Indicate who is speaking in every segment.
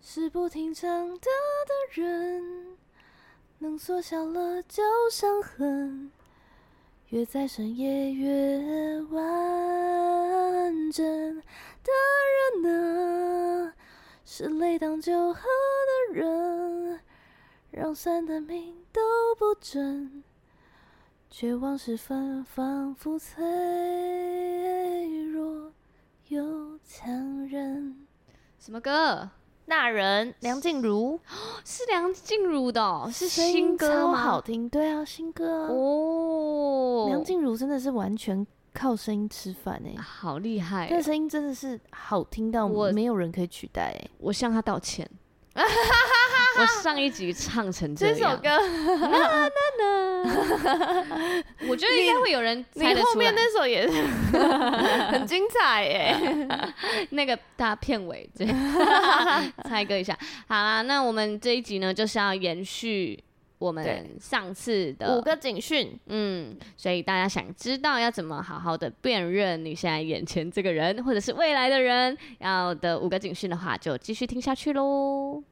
Speaker 1: 是不停长大的人，能缩小了旧伤痕，越在深夜越完整的人啊，是泪当酒喝的人，让酸的命都不准，绝望时分仿佛脆弱又强韧。
Speaker 2: 什么歌？
Speaker 1: 那人梁静茹
Speaker 2: 是梁静茹的哦、是
Speaker 1: 声音
Speaker 2: 新歌
Speaker 1: 超
Speaker 2: 吗？
Speaker 1: 好听，对啊，新歌啊。
Speaker 2: 哦，
Speaker 1: 梁静茹真的是完全靠声音吃饭哎、欸，
Speaker 2: 好厉害哦
Speaker 1: 那、！声音真的是好听到
Speaker 2: 我
Speaker 1: 没有人可以取代哎、
Speaker 2: 我向他道 歉。我上一集唱成这
Speaker 1: 这
Speaker 2: 样，
Speaker 1: 首歌，
Speaker 2: 我觉得应该会有人
Speaker 1: 你
Speaker 2: 猜得
Speaker 1: 后
Speaker 2: 出来。
Speaker 1: 面那首 也是很精彩哎、
Speaker 2: 那个大片尾，对， 猜歌一下。好啦，那我们这一集呢，就是要延续我们
Speaker 1: 对
Speaker 2: 上次的
Speaker 1: 五个警讯，
Speaker 2: 嗯，所以大家想知道要怎么好好的辨认你现在眼前这个人，或者是未来的人，要的五个警讯的话，就继续听下去喽。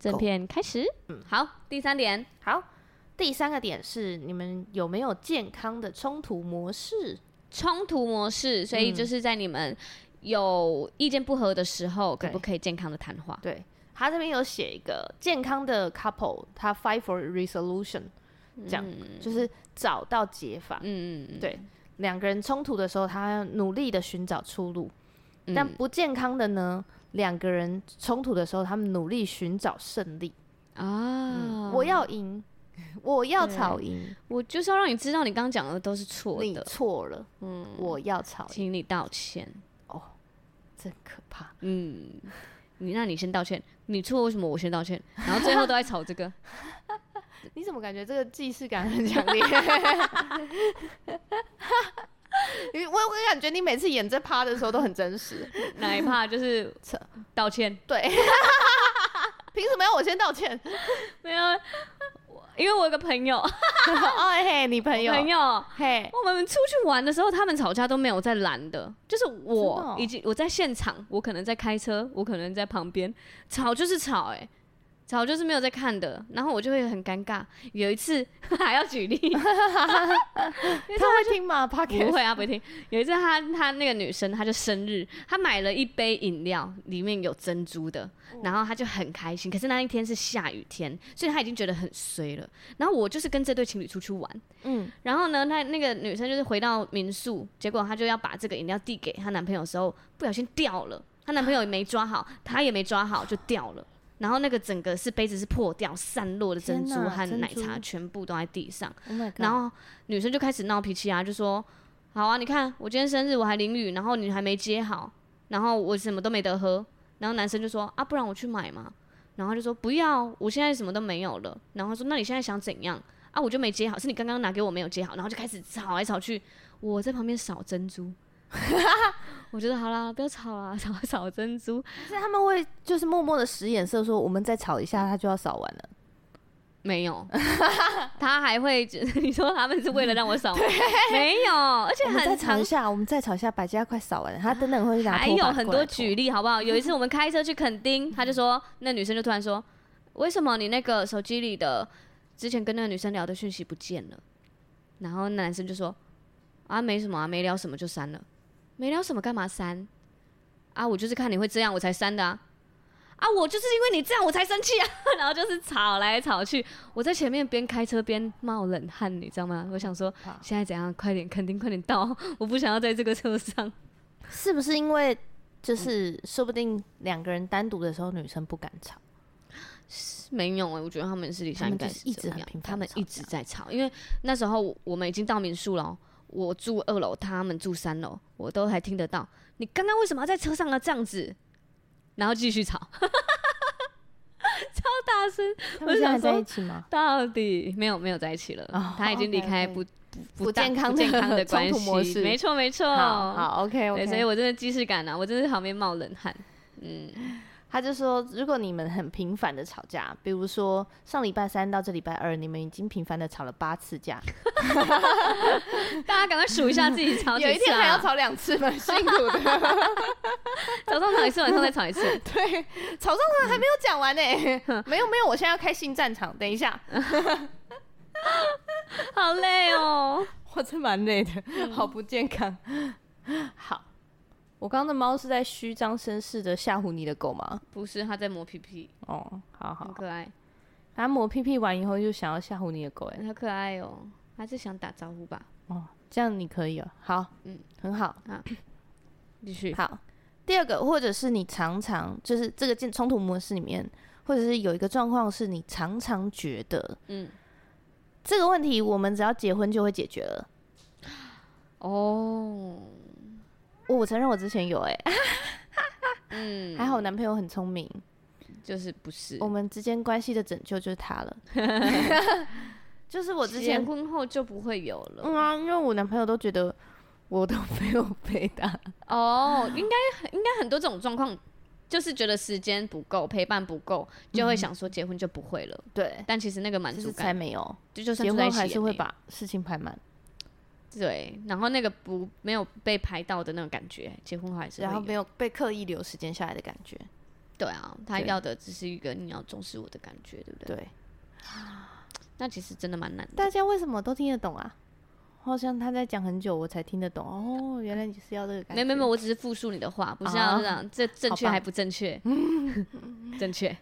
Speaker 2: 正片开始，嗯，好，第三点，
Speaker 1: 好。第三个点是你们有没有健康的冲突模式？
Speaker 2: 冲突模式，所以就是在你们有意见不合的时候，可
Speaker 1: 对
Speaker 2: 不可以健康的谈话？
Speaker 1: 对他这边有写一个健康的 couple，他 fight for resolution，这样、就是找到解法。
Speaker 2: 嗯，嗯嗯
Speaker 1: 对两个人冲突的时候，他要努力的寻找出路。
Speaker 2: 嗯
Speaker 1: 但不健康的呢，两个人冲突的时候，他们努力寻找胜利。
Speaker 2: 啊，
Speaker 1: 我要 赢，我要
Speaker 2: 对
Speaker 1: 吵赢，
Speaker 2: 我就是要让你知道，你刚刚讲的都是错
Speaker 1: 你
Speaker 2: 的，
Speaker 1: 错了，我要吵赢，
Speaker 2: 请你道歉。
Speaker 1: 哦真可怕。
Speaker 2: 嗯，你那你先道歉，你错为什么我先道歉？然后最后都在吵 这个，
Speaker 1: 你怎么感觉这个既视感很强 烈？你我我感觉你每次演这趴的时候都很真实。
Speaker 2: 哪一怕就是
Speaker 1: 扯
Speaker 2: 道歉，
Speaker 1: 对，凭什么要我先道歉？
Speaker 2: 没有，啊我因为我有个朋友，
Speaker 1: 哦嘿，你朋友，
Speaker 2: 朋友。
Speaker 1: 嘿，
Speaker 2: 我们出去玩的时候，他们吵架都没有在拦的，就是
Speaker 1: 真的
Speaker 2: 我
Speaker 1: 哦
Speaker 2: 以及我在现场，我可能在开车，我可能在旁边，吵就是吵、欸，哎，吵就是没有在看的，然后我就会很尴尬。有一次 还要举例，
Speaker 1: 他会听吗 p o c a
Speaker 2: 不会啊，不会听。有一次她，她那个女生，她就生日，她买了一杯饮料，里面有珍珠的，
Speaker 1: 哦
Speaker 2: 然后她就很开心。可是那一天是下雨天，所以她已经觉得很衰了。然后我就是跟这对情侣出去玩，
Speaker 1: 嗯，
Speaker 2: 然后呢，那那个女生就是回到民宿，结果她就要把这个饮料递给她男朋友的时候，不小心掉了，她男朋友也没抓好，她也没抓好，就掉了。然后那个整个是杯子是破掉、散落的珍珠
Speaker 1: 天哪
Speaker 2: 和
Speaker 1: 珍
Speaker 2: 奶茶
Speaker 1: 珠
Speaker 2: 全部都在地上。
Speaker 1: Oh my god！
Speaker 2: 然后女生就开始闹脾气啊，就说：“好啊，你看我今天生日我还淋雨，然后你还没接好，然后我什么都没得喝。”然后男生就说：“啊，不然我去买嘛。”然后他就说：“不要，我现在什么都没有了。”然后说：“那你现在想怎样？”啊，我就没接好，是你刚刚拿给我没有接好，然后就开始吵来吵去，我在旁边扫 珍珠。我觉得好啦，不要吵啦，少少 珍珠。
Speaker 1: 是他们会就是默默的使眼色，说我们再吵一下，他就要扫完了。
Speaker 2: 没有，他还会觉得你说他们是为了让我扫吗？没有，而且
Speaker 1: 我们再
Speaker 2: 很
Speaker 1: 吵
Speaker 2: 常
Speaker 1: 一下，我们再吵一下，百家快扫完了，他等等会拿
Speaker 2: 还
Speaker 1: 拖把
Speaker 2: 有很
Speaker 1: 过来
Speaker 2: 多
Speaker 1: 拖
Speaker 2: 举例，好不好？有一次我们开车去垦丁，他就说，那女生就突然说，为什么你那个手机里的之前跟那个女生聊的讯息不见了？然后那男生就说，啊，没什么啊，没聊什么就删了，没聊什么干嘛删？啊，我就是看你会这样，我才删的啊。啊，我就是因为你这样，我才生气啊！ 然后就是吵来吵去，我在前面边开车边冒冷汗，你知道吗？我想说
Speaker 1: 好，
Speaker 2: 现在怎样？快点，垦丁，快点到！我不想要在这个车上。
Speaker 1: 是不是因为就是说不定两个人单独的时候，女生不敢吵，
Speaker 2: 没有哎、我觉得他们私底下
Speaker 1: 他
Speaker 2: 应
Speaker 1: 们
Speaker 2: 该
Speaker 1: 就是一直
Speaker 2: 这
Speaker 1: 很
Speaker 2: 样
Speaker 1: 频繁
Speaker 2: 他们
Speaker 1: 地
Speaker 2: 一
Speaker 1: 吵
Speaker 2: 直在吵，因为那时候我们已经到民宿了哦，我住二楼，他们住三楼，我都还听得到。你刚刚为什么要在车上啊？这样子，然后继续吵， 超大声，
Speaker 1: 他
Speaker 2: 我
Speaker 1: 们现在
Speaker 2: 想
Speaker 1: 还在
Speaker 2: 说
Speaker 1: 一起吗？
Speaker 2: 到底没有没有在一起了，
Speaker 1: 哦
Speaker 2: 他已经离开
Speaker 1: OK，OK
Speaker 2: 不不
Speaker 1: 不
Speaker 2: 大
Speaker 1: 健康
Speaker 2: 不
Speaker 1: 的
Speaker 2: 健康的
Speaker 1: 冲
Speaker 2: 关
Speaker 1: 突模
Speaker 2: 系，
Speaker 1: 式
Speaker 2: 没
Speaker 1: 哦
Speaker 2: 错没错，
Speaker 1: 好好，OK
Speaker 2: 对，所
Speaker 1: OK。
Speaker 2: 以我真的既视感啊，我真的是旁边冒冷汗。
Speaker 1: 他就说，如果你们很频繁的吵架，比如说上礼拜三到这礼拜二，你们已经频繁的吵了八次架，
Speaker 2: 大家赶快数一下自己 吵几次、
Speaker 1: 有
Speaker 2: 啊。
Speaker 1: 一天还要吵两次，蛮辛苦的。
Speaker 2: 早上吵一次，晚上再吵一次。
Speaker 1: 对，吵上了还没有讲 完呢、没有没有，我现在要开新战场，等一下，
Speaker 2: 好累哦。
Speaker 1: 我真蛮累的，好不健康。好，我刚刚的猫是在虚张声势的吓唬你的狗吗？
Speaker 2: 不是，他在磨屁屁，
Speaker 1: 哦，好好
Speaker 2: 很，可爱，
Speaker 1: 它抹屁屁完以后就想要吓唬你的狗、欸，
Speaker 2: 好可爱哦。还是想打招呼吧。
Speaker 1: 哦，这样你可以了，好，嗯
Speaker 2: 嗯，
Speaker 1: 很好，
Speaker 2: 继续。
Speaker 1: 好。第二个，或者是你常常就是这个进冲突模式里面，或者是有一个状况是你常常觉得
Speaker 2: 嗯，
Speaker 1: 这个问题，我们只要结婚就会解决了。
Speaker 2: 哦，
Speaker 1: 我我承认我之前有哎、
Speaker 2: 嗯，
Speaker 1: 还好我男朋友很聪明，
Speaker 2: 就是不是。
Speaker 1: 我们之间关系的拯救就是他 了。 就是我之
Speaker 2: 结
Speaker 1: 前，
Speaker 2: 婚后就不会有了。
Speaker 1: 嗯啊，因为我男朋友都觉得我都没有陪他，
Speaker 2: 哦，应该应该很多这种状况，就是觉得时间不够，陪伴不够，就
Speaker 1: 嗯
Speaker 2: 会想说结婚就不会了。
Speaker 1: 对，
Speaker 2: 但其实那个满
Speaker 1: 就是
Speaker 2: 足
Speaker 1: 才
Speaker 2: 感，
Speaker 1: 没有
Speaker 2: 就就算
Speaker 1: 结
Speaker 2: 住在
Speaker 1: 婚
Speaker 2: 一起
Speaker 1: 还
Speaker 2: 也
Speaker 1: 是会
Speaker 2: 没有
Speaker 1: 把事情排满，
Speaker 2: 对，然后那个不没有被拍到的那种感觉，结婚后还是
Speaker 1: 然后
Speaker 2: 会
Speaker 1: 没
Speaker 2: 有。
Speaker 1: 有被刻意留时间下来的感觉。
Speaker 2: 对啊，他
Speaker 1: 对
Speaker 2: 要的只是一个你要重视我的感觉，对不对？
Speaker 1: 对，
Speaker 2: 那其实真的蛮难的。
Speaker 1: 大家为什么都听得懂啊？好像他在讲很久，我才听得懂。哦，原来你是要这个感
Speaker 2: 没
Speaker 1: 觉。
Speaker 2: 有没有没有，我只是复述你的话，不是
Speaker 1: 啊
Speaker 2: 要让这正确
Speaker 1: 好吧
Speaker 2: 还不正 确？正确。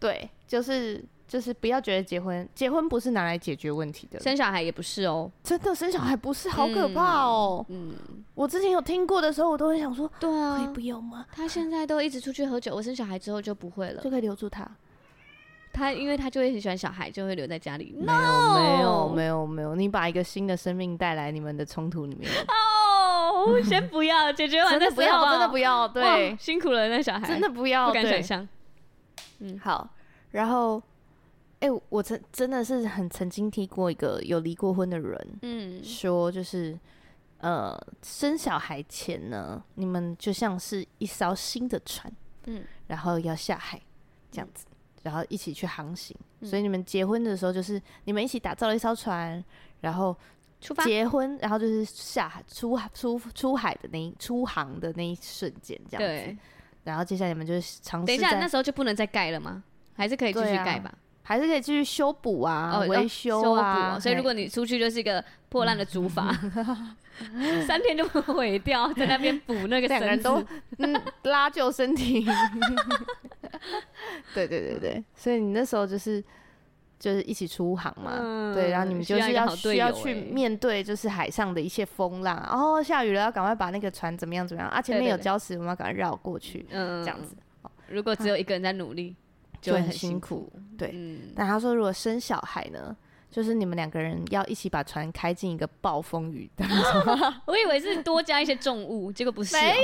Speaker 1: 对，就是就是不要觉得结婚，结婚不是拿来解决问题的。
Speaker 2: 生小孩也不是哦。
Speaker 1: 真的生小孩不是好可怕哦、
Speaker 2: 嗯，
Speaker 1: 我之前有听过的时候，我都会想说，
Speaker 2: 对
Speaker 1: 可以
Speaker 2: 啊
Speaker 1: 不。要吗？
Speaker 2: 他现在都一直出去喝酒，我生小孩之后就不会了
Speaker 1: 就。可以留住他。
Speaker 2: 他因为他就会很喜欢小孩，就会留在家里。
Speaker 1: 没有没有没有没有，你把一个新的生命带来你们的冲突里面，
Speaker 2: 哦， 先不要，解决完
Speaker 1: 真
Speaker 2: 再
Speaker 1: 的不要，真的不
Speaker 2: 要。
Speaker 1: 要，
Speaker 2: 哇
Speaker 1: 对，
Speaker 2: 辛苦了那小孩，
Speaker 1: 真的不要，
Speaker 2: 不敢
Speaker 1: 对
Speaker 2: 想象。
Speaker 1: 好，然后，哎、我曾真的是很曾经听过一个有离过婚的人
Speaker 2: 嗯，
Speaker 1: 说，就是呃，生小孩前呢，你们就像是一艘新的船，
Speaker 2: 嗯，
Speaker 1: 然后要下海这样子，然后一起去航行。
Speaker 2: 嗯
Speaker 1: 所以你们结婚的时候，就是你们一起打造了一艘船，然后
Speaker 2: 出发。
Speaker 1: 结婚，然后就是下海出海出出海的那一出航的那一瞬间这样子
Speaker 2: 对。，
Speaker 1: 然后接下来你们就是尝试
Speaker 2: 等一下，
Speaker 1: 在
Speaker 2: 那时候就不能再盖了吗？还是可以继
Speaker 1: 对
Speaker 2: 续
Speaker 1: 啊
Speaker 2: 盖吧？
Speaker 1: 还是可以继续修补啊，
Speaker 2: 哦，
Speaker 1: 维、
Speaker 2: 要
Speaker 1: 修啊。
Speaker 2: 补所以如果你出去就是一个破烂的竹筏， 三天就会毁掉，在那边补那
Speaker 1: 嘿
Speaker 2: 个
Speaker 1: 嗯两个
Speaker 2: 绳
Speaker 1: 人
Speaker 2: 子。
Speaker 1: 都 嗯拉救身体， 对对对对，所以你那时候就是就是一起出航嘛。
Speaker 2: 嗯
Speaker 1: 对，然后你们就是
Speaker 2: 需要一
Speaker 1: 要
Speaker 2: 个好
Speaker 1: 需
Speaker 2: 队
Speaker 1: 要
Speaker 2: 友
Speaker 1: 去
Speaker 2: 欸
Speaker 1: 面对，就是海上的一些风浪，然、后下雨了，要赶快把那个船怎么样怎么样啊？前
Speaker 2: 对
Speaker 1: 面
Speaker 2: 对
Speaker 1: 有
Speaker 2: 对
Speaker 1: 礁石，我们要赶快绕过去，
Speaker 2: 嗯
Speaker 1: 这样子。。
Speaker 2: 如果只有一个人在努力，就会
Speaker 1: 很
Speaker 2: 很
Speaker 1: 辛
Speaker 2: 辛
Speaker 1: 苦
Speaker 2: 苦。
Speaker 1: 对
Speaker 2: 嗯，
Speaker 1: 那他说，如果生小孩呢，就是你们两个人要一起把船开进一个暴风雨当中，
Speaker 2: 啊我以为是多加一些重物，结果不是哦。
Speaker 1: 没 有，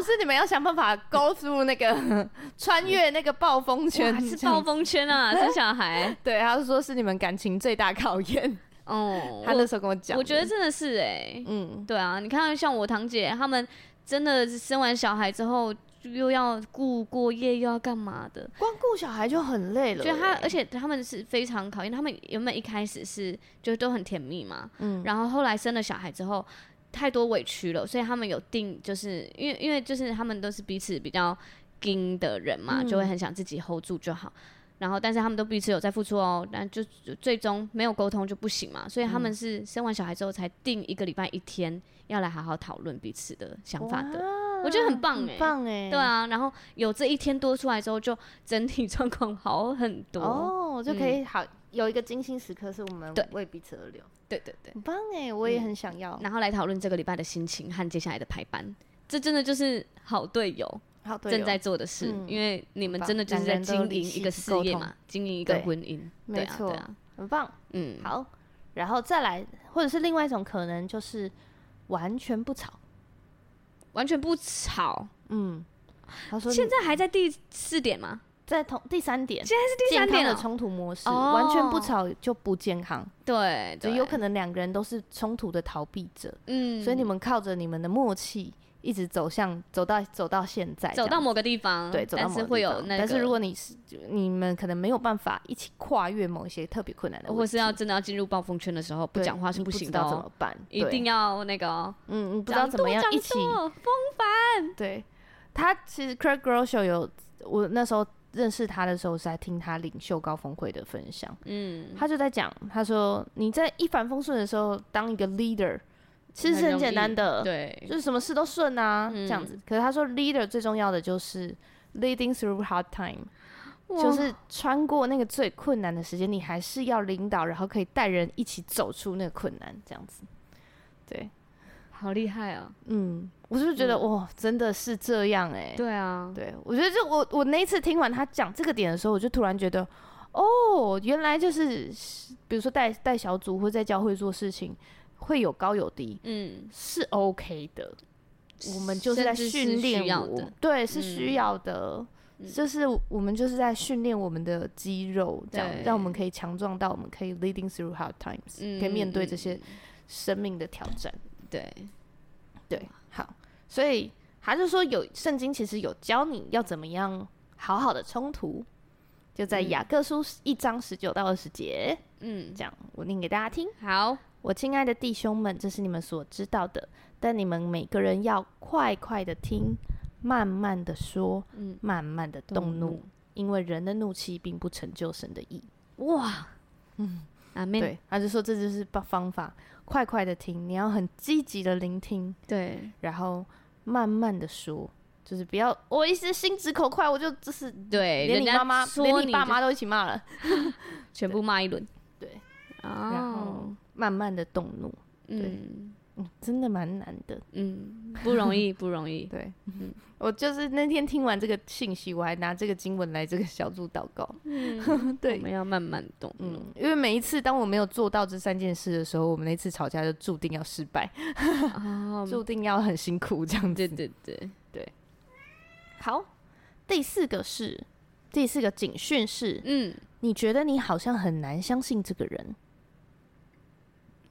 Speaker 1: 啊是你们要想办法 go through 那个 穿越那个暴风圈
Speaker 2: 哇，是
Speaker 1: 这样
Speaker 2: 暴。风圈啊，生小孩。
Speaker 1: 对，他就说是你们感情最大考验。
Speaker 2: 哦，
Speaker 1: 他那时候跟我讲的，
Speaker 2: 我觉得真的是哎、
Speaker 1: 嗯，
Speaker 2: 对啊，你看像我堂姐他们真的是生完小孩之后就又要顾过夜又要干嘛的，
Speaker 1: 光顾小孩就很累了欸。
Speaker 2: 就他而且他们是非常考验，他们原本一开始是就都很甜蜜嘛，
Speaker 1: 嗯
Speaker 2: 然后后来生了小孩之后。太多委屈了，所以他们有定，就是因为因为就是他们都是彼此比较硬的人嘛，
Speaker 1: 嗯
Speaker 2: 就会很想自己 hold 住就好。然后，但是他们都彼此有在付出哦，但就就最终没有沟通就不行嘛。所以他们
Speaker 1: 嗯
Speaker 2: 是生完小孩之后才定一个礼拜一天要来好好讨论彼此的想法的，
Speaker 1: 哇
Speaker 2: 我觉得很棒哎、
Speaker 1: 很棒哎，
Speaker 2: 对啊，然后有这一天多出来之后，就整体状况好很多。
Speaker 1: 哦，就可以好有一个精心时刻是我们
Speaker 2: 对嗯
Speaker 1: 为彼此而留，
Speaker 2: 对对对，
Speaker 1: 很棒哎，我也很想要。
Speaker 2: 然后来讨论这个礼拜的心情和接下来的排班，这真的就是好队友
Speaker 1: 好，对哦
Speaker 2: 正在做的事，
Speaker 1: 嗯
Speaker 2: 因为你们
Speaker 1: 很棒
Speaker 2: 真的就是在
Speaker 1: 两个人
Speaker 2: 经
Speaker 1: 都理
Speaker 2: 营
Speaker 1: 性
Speaker 2: 一个事业
Speaker 1: 沟
Speaker 2: 嘛，经营一个
Speaker 1: 对
Speaker 2: 婚姻，对
Speaker 1: 没
Speaker 2: 啊对
Speaker 1: 错
Speaker 2: 啊，
Speaker 1: 很棒，
Speaker 2: 嗯，
Speaker 1: 好，然后再来，或者是另外一种可能就是完全不吵。
Speaker 2: 完全不吵。
Speaker 1: 嗯，他说
Speaker 2: 现
Speaker 1: 你
Speaker 2: 在还在第四点吗？
Speaker 1: 在同第三点，
Speaker 2: 现在是第
Speaker 1: 健
Speaker 2: 三
Speaker 1: 康
Speaker 2: 点
Speaker 1: 的
Speaker 2: 了，
Speaker 1: 冲突模式，
Speaker 2: 哦
Speaker 1: 完全不吵就不健康，
Speaker 2: 对，
Speaker 1: 就
Speaker 2: 对，
Speaker 1: 有可能两个人都是冲突的逃避者，
Speaker 2: 嗯，
Speaker 1: 所以你们靠着你们的默契。一直走向走到走到现在这
Speaker 2: 走
Speaker 1: 样，
Speaker 2: 到某个地方，
Speaker 1: 对，走到
Speaker 2: 但
Speaker 1: 某
Speaker 2: 是
Speaker 1: 个
Speaker 2: 会
Speaker 1: 地
Speaker 2: 有
Speaker 1: 方
Speaker 2: 那个，
Speaker 1: 但是如果你是你们可能没有办法一起跨越某一些特别困难的问题，
Speaker 2: 或是要真的要进入暴风圈的时候，不
Speaker 1: 对
Speaker 2: 讲话是
Speaker 1: 你不
Speaker 2: 行
Speaker 1: 知
Speaker 2: 的、
Speaker 1: 道怎
Speaker 2: 哦，
Speaker 1: 么办，
Speaker 2: 一
Speaker 1: 对
Speaker 2: 定要那个、哦，
Speaker 1: 嗯，你不知道
Speaker 2: 掌
Speaker 1: 怎么
Speaker 2: 舵
Speaker 1: 样
Speaker 2: 掌
Speaker 1: 一起
Speaker 2: 舵
Speaker 1: 对他其实 Craig Groeschel 有我那时候认识他的时候是在听他领袖高峰会的分享，
Speaker 2: 嗯，
Speaker 1: 他就在讲，他说你在一帆风顺的时候当一个 leader 其实
Speaker 2: 很
Speaker 1: 是很
Speaker 2: 容
Speaker 1: 简单
Speaker 2: 易
Speaker 1: 的，
Speaker 2: 对，
Speaker 1: 就是什么事都顺啊、这样子
Speaker 2: 嗯。
Speaker 1: 可是他说 leader 最重要的就是 leading through hard time，就
Speaker 2: 哇
Speaker 1: 是穿过那个最困难的时间，你还是要领导，然后可以带人一起走出那个困难，这样子。对，
Speaker 2: 好厉害哦，
Speaker 1: 嗯，我就觉得、哇，真的是这样哎、
Speaker 2: 对啊，
Speaker 1: 对，我觉得就我我那一次听完他讲这个点的时候，我就突然觉得，哦，原来就是比如说带带小组或在教会做事情，会有高有低
Speaker 2: 嗯，
Speaker 1: 是 OK 的。我们就是在
Speaker 2: 甚至是
Speaker 1: 训
Speaker 2: 需
Speaker 1: 练
Speaker 2: 要
Speaker 1: 我
Speaker 2: 的，
Speaker 1: 对，是需
Speaker 2: 嗯
Speaker 1: 要的。就是我们就是在训练我们的肌肉，这样
Speaker 2: 对
Speaker 1: 让我们可以强壮到我们可以 leading through hard times，、
Speaker 2: 嗯
Speaker 1: 可以面对
Speaker 2: 嗯
Speaker 1: 这些生命的挑战。
Speaker 2: 对，
Speaker 1: 对，好，所以他就说有圣经其实有教你要怎么样好好的冲突，就在雅各书一章十九到二十节，
Speaker 2: 嗯，
Speaker 1: 这样我念给大家听。
Speaker 2: 好，
Speaker 1: 我亲爱的弟兄们，这是你们所知道的，但你们每个人要快快的听，慢慢的说，
Speaker 2: 嗯，
Speaker 1: 慢慢的动怒，因为人的怒气并不成就神的意。
Speaker 2: 哇，嗯，阿妹，
Speaker 1: 对，他就说这就是方方法，快快的听，你要很积极的聆听，
Speaker 2: 对
Speaker 1: 然后慢慢的说，就是不要我一时心直口快，我就就是
Speaker 2: 对，
Speaker 1: 连
Speaker 2: 哎人
Speaker 1: 你
Speaker 2: 家
Speaker 1: 妈妈、
Speaker 2: 说
Speaker 1: 连你
Speaker 2: 你
Speaker 1: 爸
Speaker 2: 就
Speaker 1: 妈都一起骂了，
Speaker 2: 全部骂一轮，
Speaker 1: 对，然后
Speaker 2: 哦，
Speaker 1: 慢慢的动怒，
Speaker 2: 嗯
Speaker 1: 嗯，真的蛮难的。
Speaker 2: 嗯，不容 易，不容易，
Speaker 1: 对，我就是那天听完这个信息，我还拿这个经文来这个小组祷告。
Speaker 2: 嗯，
Speaker 1: 对
Speaker 2: 我们要慢慢动，
Speaker 1: 嗯，因为每一次当我没有做到这三件事的时候，我们那次吵架就注定要失败，
Speaker 2: 哦，
Speaker 1: 注定要很辛苦这样
Speaker 2: 对
Speaker 1: 子。
Speaker 2: 对对，
Speaker 1: 好，第四个是第四个警讯是，
Speaker 2: 嗯，
Speaker 1: 你觉得你好像很难相信这个人，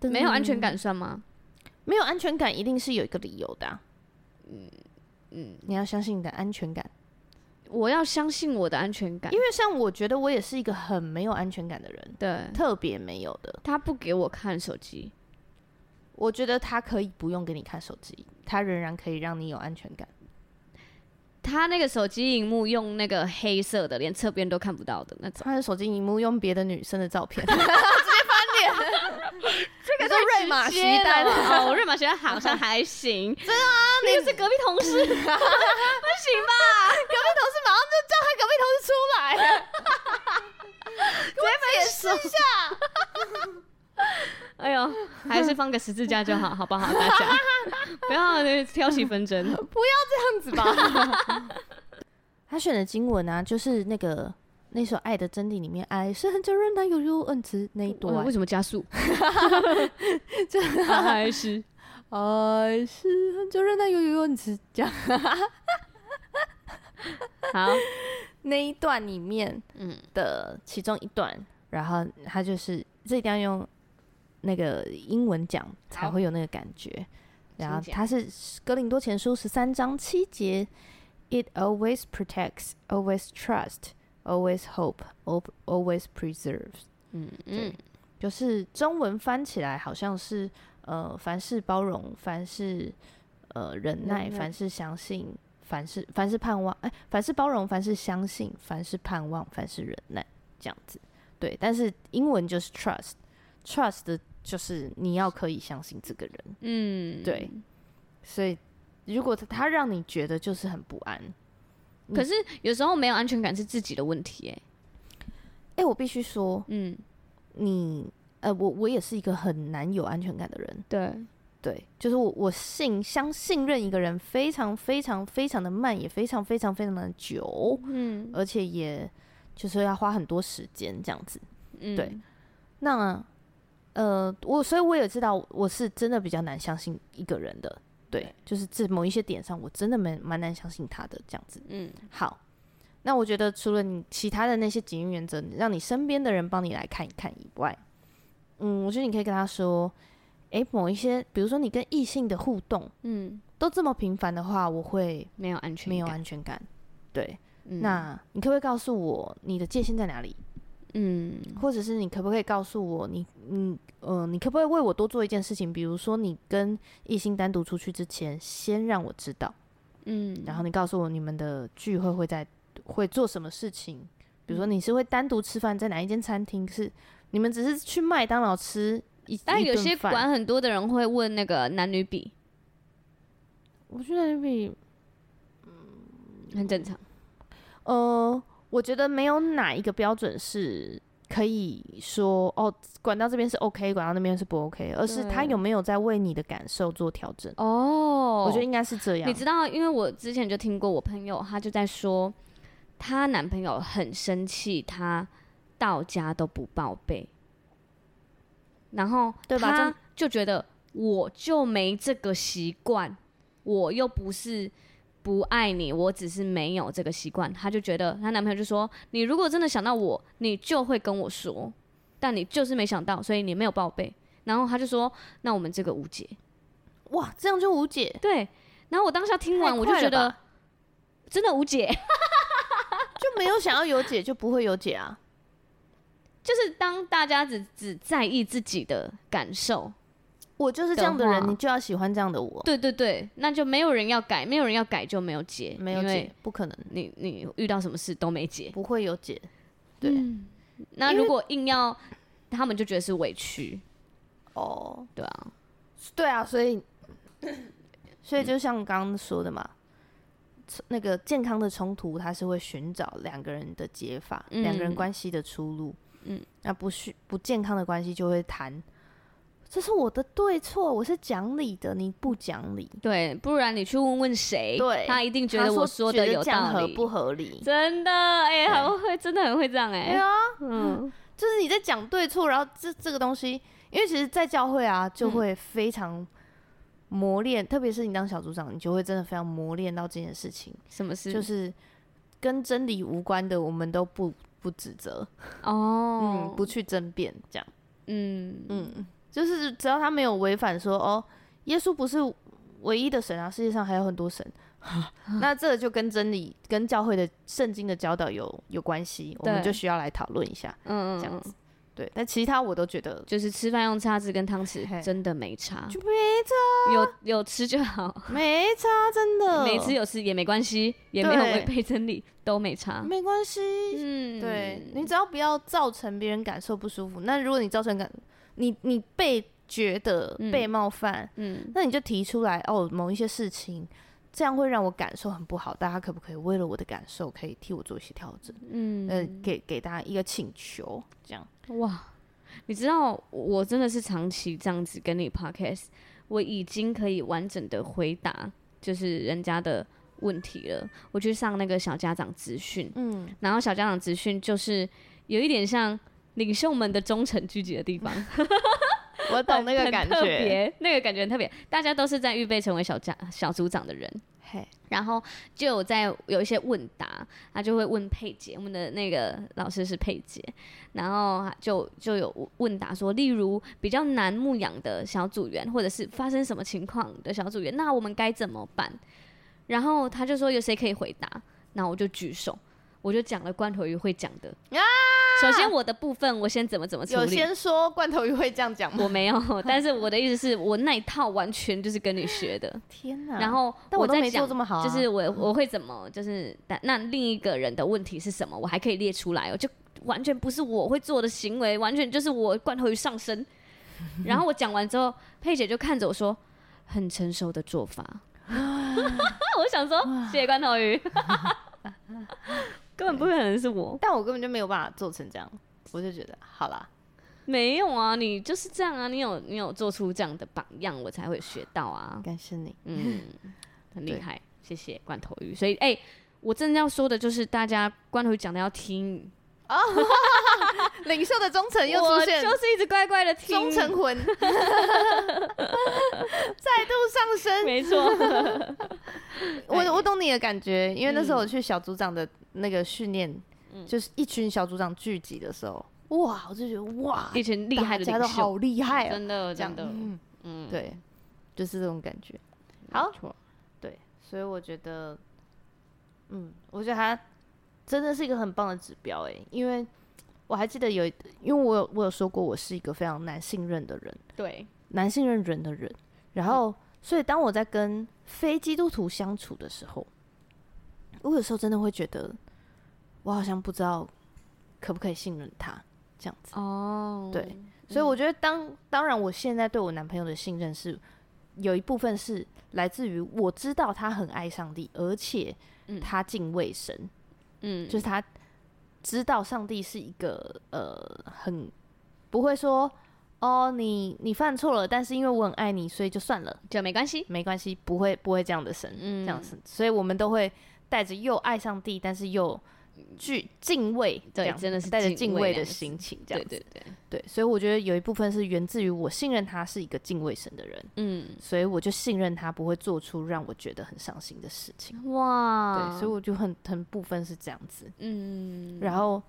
Speaker 2: 没有安全感算吗？
Speaker 1: 没有安全感一定是有一个理由的啊、嗯嗯，你要相信你的安全感，
Speaker 2: 我要相信我的安全感
Speaker 1: 因，为像我觉得我也是一个很没有安全感的人，
Speaker 2: 对，
Speaker 1: 特别没有的。
Speaker 2: 他不给我看手机，
Speaker 1: 我觉得他可以不用给你看手机，他仍然可以让你有安全感。
Speaker 2: 他那个手机荧幕用那个黑色的，连侧边都看不到的那种。
Speaker 1: 他的手机荧幕用别的女生的照片，直接翻脸。这个是瑞玛徐丹
Speaker 2: 了吧哦，瑞玛学丹好像还 行，真的啊，你是隔壁同事， 不行吧？
Speaker 1: 隔壁同事马上就叫他隔壁同事出来，给我解释一下。
Speaker 2: 哎呦，还是放个十字架就好，好不好？大 家不要那挑起纷争。
Speaker 1: 这样子吧。他选的经文啊，就是那个那首《爱的真谛》里面，爱是很久忍耐，悠悠恩慈那一
Speaker 2: 呃
Speaker 1: 段
Speaker 2: 为。什么加 速？
Speaker 1: 啊
Speaker 2: 啊还是
Speaker 1: 爱是很久忍耐，悠悠恩慈，这样
Speaker 2: 好，
Speaker 1: 那一段里面
Speaker 2: 嗯
Speaker 1: 的其中一段，然后他就是这一定要用那个英文讲才
Speaker 2: 好
Speaker 1: 会有那个感觉。然后
Speaker 2: 请讲
Speaker 1: 他是《哥林多前书》十三章七节，It always protects, always trust, always hope, al- always preserves。
Speaker 2: 嗯
Speaker 1: 对
Speaker 2: 嗯，
Speaker 1: 就是中文翻起来好像是呃，凡事包容，凡事呃忍耐，
Speaker 2: 忍耐
Speaker 1: 凡事相信，凡事凡事盼望，哎，凡事包容，凡事相信，凡事盼望，凡事忍耐，这样子。对，但是英文就是 trust，trust 的就是你要可以相信这个人，
Speaker 2: 嗯，
Speaker 1: 对。所以如果他他让你觉得就是很不安，
Speaker 2: 可是有时候没有安全感是自己的问题，哎，
Speaker 1: 哎、我必须说，
Speaker 2: 嗯，
Speaker 1: 你呃，我我也是一个很难有安全感的人。
Speaker 2: 对，
Speaker 1: 对，就是我我信相信任一个人非常非常非常的慢，也非常非常非常的久，
Speaker 2: 嗯
Speaker 1: 而且也就是要花很多时间这样子。
Speaker 2: 嗯，
Speaker 1: 对那呃，我所以我也知道我是真的比较难相信一个人的，对
Speaker 2: 对，
Speaker 1: 就是这某一些点上，我真的蛮蛮难相信他的这样子。
Speaker 2: 嗯，
Speaker 1: 好，那我觉得除了你其他的那些警运原则，让你身边的人帮你来看一看以外，嗯，我觉得你可以跟他说，诶，某一些，比如说你跟异性的互动，
Speaker 2: 嗯，
Speaker 1: 都这么频繁的话，我会
Speaker 2: 没有安全感，
Speaker 1: 没有安全感。对，
Speaker 2: 嗯
Speaker 1: 那你可不可以告诉我你的界限在哪里？
Speaker 2: 嗯
Speaker 1: 或者是你可不可以告诉我你，你呃，你可不可以为我多做一件事情？比如说，你跟异性单独出去之前，先让我知道，
Speaker 2: 嗯，
Speaker 1: 然后你告诉我你们的聚会会在会做什么事情。比
Speaker 2: 嗯
Speaker 1: 如说，你是会单独吃饭，在哪一间餐厅？是你们只是去麦当劳吃一，
Speaker 2: 但
Speaker 1: 一
Speaker 2: 有
Speaker 1: 顿
Speaker 2: 些
Speaker 1: 饭
Speaker 2: 管很多的人会问那个男女比，
Speaker 1: 我觉得比
Speaker 2: 很正常。
Speaker 1: 呃，我觉得没有哪一个标准是可以说哦，管到这边是 OK，管到那边是不 OK，而是他
Speaker 2: 对
Speaker 1: 有没有在为你的感受做调整。
Speaker 2: 哦
Speaker 1: 我觉得应该是这样。
Speaker 2: 你知道，因为我之前就听过我朋友，她就在说，她男朋友很生气，她到家都不报备，然后
Speaker 1: 对吧
Speaker 2: 她
Speaker 1: 这
Speaker 2: 就觉得我就没这个习惯，我又不是。不爱你，我只是没有这个习惯。她就觉得她男朋友就说：“你如果真的想到我，你就会跟我说，但你就是没想到，所以你没有报备。”然后她就说：“那我们这个无解。”
Speaker 1: 哇，这样就无解。
Speaker 2: 对，然后我当下听完
Speaker 1: 太
Speaker 2: 我就
Speaker 1: 快
Speaker 2: 觉
Speaker 1: 了
Speaker 2: 得
Speaker 1: 吧
Speaker 2: 真的无解，
Speaker 1: 就没有想要有解，就不会有解啊。
Speaker 2: 就是 当大家只只在意自己的感受，
Speaker 1: 我就是这
Speaker 2: 的
Speaker 1: 样的人，
Speaker 2: 话
Speaker 1: 你就要喜欢这样的我。
Speaker 2: 对对对，那就没有人要改，没有人要改就没有解，
Speaker 1: 没有
Speaker 2: 因为
Speaker 1: 解，不可能，
Speaker 2: 你你遇到什么事都没解。
Speaker 1: 不会有解。对，
Speaker 2: 那如果硬要，他们就觉得是委屈，
Speaker 1: 哦，
Speaker 2: 对啊，
Speaker 1: 对啊，所 以，所以就像刚刚说的嘛，那个健康的冲突，它是会寻找两个人的解法，
Speaker 2: 嗯
Speaker 1: 两、个人关系的出路。嗯，那不是不健康的关系就会谈，这是我的对错，我是讲理的，你不讲理。
Speaker 2: 对，不然你去问问谁，
Speaker 1: 对
Speaker 2: 他一定觉
Speaker 1: 他
Speaker 2: 得我
Speaker 1: 说
Speaker 2: 的
Speaker 1: 觉得
Speaker 2: 有
Speaker 1: 这样
Speaker 2: 道
Speaker 1: 合
Speaker 2: 理，
Speaker 1: 不合理？
Speaker 2: 真的，哎、
Speaker 1: 对
Speaker 2: 很会，真的很会这样、哎、
Speaker 1: 对啊，
Speaker 2: 嗯，
Speaker 1: 就是你在讲对错，然后这这个东西，因为其实，在教会啊，
Speaker 2: 嗯
Speaker 1: 就会非常磨练，特别是你当小组长，你就会真的非常磨练到这件事情，
Speaker 2: 什么事？
Speaker 1: 就是跟真理无关的，我们都不不指责，
Speaker 2: 哦，
Speaker 1: 嗯，不，去争辩，这样，
Speaker 2: 嗯嗯，
Speaker 1: 嗯，就是只要他没有违反说，哦，耶稣不是唯一的神啊，世界上还有很多 神。那这就跟真理、跟教会的圣经的教导有有关系，我们
Speaker 2: 对
Speaker 1: 就需要来讨论一下。
Speaker 2: 嗯，
Speaker 1: 这样
Speaker 2: 嗯
Speaker 1: 子对，但其他我都觉 得
Speaker 2: 就是吃饭用叉子跟汤匙
Speaker 1: 嘿
Speaker 2: 真的没差，
Speaker 1: 就
Speaker 2: 有有吃就好，
Speaker 1: 没差，真的
Speaker 2: 没吃有吃也没关系，也没有
Speaker 1: 哦对
Speaker 2: 违背真理，都没差。
Speaker 1: 没关系。
Speaker 2: 嗯，
Speaker 1: 对你只要不要造成别人感受不舒服，那如果你造成感，你你被觉得
Speaker 2: 嗯
Speaker 1: 被冒犯，
Speaker 2: 嗯，
Speaker 1: 那你就提出来哦，某一些事情这样会让我感受很不好，大家可不可以为了我的感受，可以替我做一些调整？
Speaker 2: 嗯
Speaker 1: 呃，给给大家一个请求，这样
Speaker 2: 哇，你知道我真的是长期这样子跟你 podcast，我已经可以完整的回答就是人家的问题了。我去上那个小家长资讯，
Speaker 1: 嗯，
Speaker 2: 然后小家长资讯就是有一点像领袖们的忠诚聚集的地方。
Speaker 1: 我懂 那个
Speaker 2: 很
Speaker 1: 感
Speaker 2: 特
Speaker 1: 觉。
Speaker 2: 别，那个感觉很特别。大家都是在预备成为小家小组长的人，
Speaker 1: 嘿，
Speaker 2: 然后就有在有一些问答，他就会问佩姐，我们的那个老师是佩姐，然后就就有问答说，例如比较难牧养的小组员，或者是发生什么情况的小组员，那我们该怎么办？然后他就说有谁可以回答，那我就举手。我就讲了罐头鱼会讲的
Speaker 1: 啊
Speaker 2: 首先我的部分我先怎么怎么处理，
Speaker 1: 有先说罐头鱼会这样讲吗？
Speaker 2: 我没有，但是我的意思是我那一套完全就是跟你 学的，
Speaker 1: 天哪！
Speaker 2: 然后
Speaker 1: 嗯但我都
Speaker 2: 在
Speaker 1: 没做
Speaker 2: 讲
Speaker 1: 这。么好啊，
Speaker 2: 就是我我会怎么就是但那另一个人的问题是什么，我还可以列出来哦，就完全不是我会做的行为，完全就是我罐头鱼上身。然后我讲完之后，佩姐就看着我说：“很成熟的做法。” 我想说，谢谢罐头鱼， 根本不可能是我。
Speaker 1: 但我根本就没有办法做成这样，我就觉得好啦，
Speaker 2: 没有啊，你就是这样啊，你有你有做出这样的榜样，我才会学到啊。
Speaker 1: 感谢你。
Speaker 2: 嗯，很厉
Speaker 1: 对
Speaker 2: 害，谢谢罐头鱼。所以，哎、我正要说的就是，大家罐头鱼讲的要听，
Speaker 1: 领袖的忠诚又
Speaker 2: 我
Speaker 1: 出现，
Speaker 2: 就是一直乖乖的听，
Speaker 1: 忠诚魂再度上升。
Speaker 2: 没错。
Speaker 1: 我我懂你的感觉，因为那时候我去小组长的那个训练，就是一群小组长聚集的时候，哇，我就觉得哇，
Speaker 2: 一群厉害的
Speaker 1: 大家都
Speaker 2: 领袖，
Speaker 1: 好厉害啊！
Speaker 2: 真的
Speaker 1: 这样
Speaker 2: 真的，
Speaker 1: 嗯
Speaker 2: 嗯，
Speaker 1: 对，就是这种感觉。
Speaker 2: 没
Speaker 1: 好
Speaker 2: 错，
Speaker 1: 所以我觉得，嗯，我觉得它真的是一个很棒的指标诶、因为我还记得有，因为我有我有说过，我是一个非常难信任的人，
Speaker 2: 对，
Speaker 1: 难信任人的人。然后，所以当我在跟非基督徒相处的时候，我有时候真的会觉得，我好像不知道可不可以信任他这样子。
Speaker 2: 哦，
Speaker 1: 对，所以我觉得当当然，我现在对我男朋友的信任是有一部分是来自于我知道他很爱上帝，而且
Speaker 2: 嗯
Speaker 1: 他敬畏神，
Speaker 2: 嗯，
Speaker 1: 就是他知道上帝是一个呃很不会说哦你你犯错了，但是因为我很爱你，所以就算了，
Speaker 2: 就没关系，
Speaker 1: 没关系，不会不会这样的神，
Speaker 2: 嗯，
Speaker 1: 这样子，所以我们都会带着又爱上帝，但是又惧敬畏，
Speaker 2: 嗯
Speaker 1: 这
Speaker 2: 对
Speaker 1: 样子
Speaker 2: 真的是
Speaker 1: 带着
Speaker 2: 敬
Speaker 1: 敬
Speaker 2: 畏
Speaker 1: 畏
Speaker 2: 两
Speaker 1: 的
Speaker 2: 个字
Speaker 1: 心情，这
Speaker 2: 对
Speaker 1: 样子
Speaker 2: 对对，
Speaker 1: 对，所以我觉得有一部分是源自于我信任他是一个敬畏神的人，
Speaker 2: 嗯，
Speaker 1: 所以我就信任他不会做出让我觉得很伤心的事情。
Speaker 2: 哇，
Speaker 1: 对，所以我就很很部分是这样子。
Speaker 2: 嗯，
Speaker 1: 然后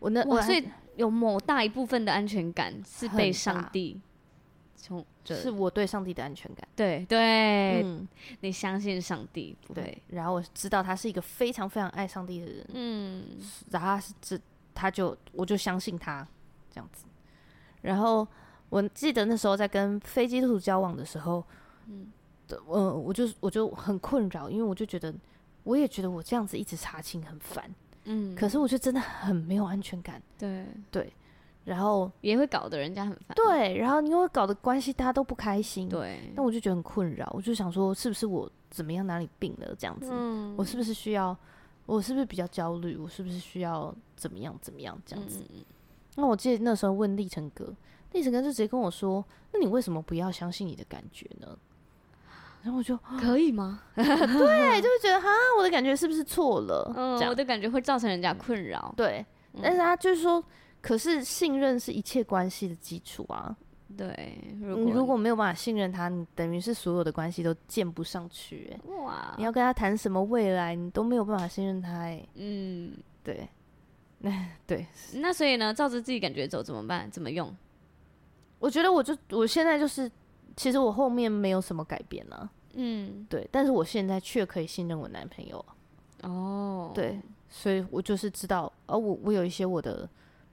Speaker 1: 我那我
Speaker 2: 哇，
Speaker 1: 还
Speaker 2: 所以有某大一部分的安全感是被上帝从这
Speaker 1: 是我对上帝的安全感。
Speaker 2: 对对、
Speaker 1: 嗯，
Speaker 2: 你相信上帝不
Speaker 1: 对
Speaker 2: 会，。
Speaker 1: 然后我知道他是一个非常非常爱上帝的人，
Speaker 2: 嗯，
Speaker 1: 然后他是这，他就我就相信他这样子。然后我记得那时候在跟非基督徒交往的时候，嗯，呃，我就我就很困扰，因为我就觉得，我也觉得我这样子一直查清很烦，
Speaker 2: 嗯，
Speaker 1: 可是我就真的很没有安全感。
Speaker 2: 对，
Speaker 1: 然后
Speaker 2: 也会搞得人家很烦，
Speaker 1: 对，然后因为搞得关系大家都不开心，。
Speaker 2: 对，
Speaker 1: 但我就觉得很困扰，我就想说，是不是我怎么样哪里病了这样子？
Speaker 2: 嗯
Speaker 1: 我是不是需要？我是不是比较焦虑？我是不是需要怎么样怎么样这样子？
Speaker 2: 嗯
Speaker 1: 那我记得那时候问立成哥，立成哥就直接跟我说：“那你为什么不要相信你的感觉呢？”然后 我就
Speaker 2: 可以吗？
Speaker 1: 对，就会觉得哈，我的感觉是不是错了？
Speaker 2: 嗯，
Speaker 1: 这
Speaker 2: 我嗯
Speaker 1: 样
Speaker 2: 的感觉会造成人家困扰，
Speaker 1: 对。但是他就是说，可是信任是一切关系的基础啊。
Speaker 2: 对，
Speaker 1: 你
Speaker 2: 如
Speaker 1: 嗯如果没有办法信任他，你等于是所有的关系都建不上去、欸。
Speaker 2: 哇
Speaker 1: 你，要跟他谈什么未来，你都没有办法信任他、欸。
Speaker 2: 嗯，
Speaker 1: 对，那对，
Speaker 2: 那所以呢，照着自己感觉走怎么办？怎么用？
Speaker 1: 我觉得我就我现在就是，其实我后面没有什么改变了、啊
Speaker 2: 嗯，
Speaker 1: 对，但是我现在却可以信任我男朋友，
Speaker 2: 哦，
Speaker 1: 对，所以我就是知道，哦，我我有一些我的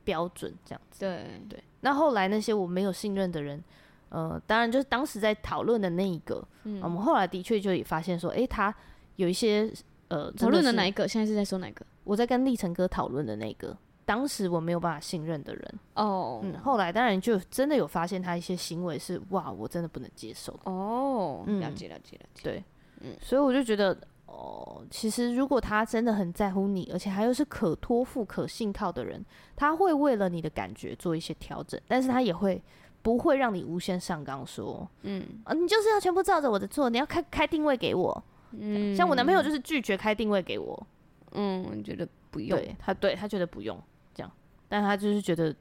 Speaker 1: 标准这样子，
Speaker 2: 对，
Speaker 1: 对。那后来那些我没有信任的人，呃，当然就是当时在讨论的那一个，呃
Speaker 2: 嗯
Speaker 1: 我们后来的确就也发现说，诶，他有一些呃，
Speaker 2: 讨论的
Speaker 1: 真是
Speaker 2: 哪一个？现在是在说哪一个？
Speaker 1: 我在跟立成哥讨论的那个，当时我没有办法信任的人，
Speaker 2: 哦，
Speaker 1: 嗯，后来当然就真的有发现他一些行为是哇，我真的不能接受的，
Speaker 2: 哦，
Speaker 1: 嗯
Speaker 2: 了解了解了解。
Speaker 1: 对，
Speaker 2: 嗯
Speaker 1: 所以我就觉得哦，其实如果他真的很在乎你，而且他又是可托付、可信靠的人，他会为了你的感觉做一些调整，但是他也会。不会让你无限上纲，说，
Speaker 2: 嗯
Speaker 1: 啊，你就是要全部照着我的做，你要开开定位给我。
Speaker 2: 嗯
Speaker 1: 像我男朋友就是拒绝开定位给我，
Speaker 2: 嗯，我觉得不用。
Speaker 1: 对他，对他觉得不用这样，但他就是觉得，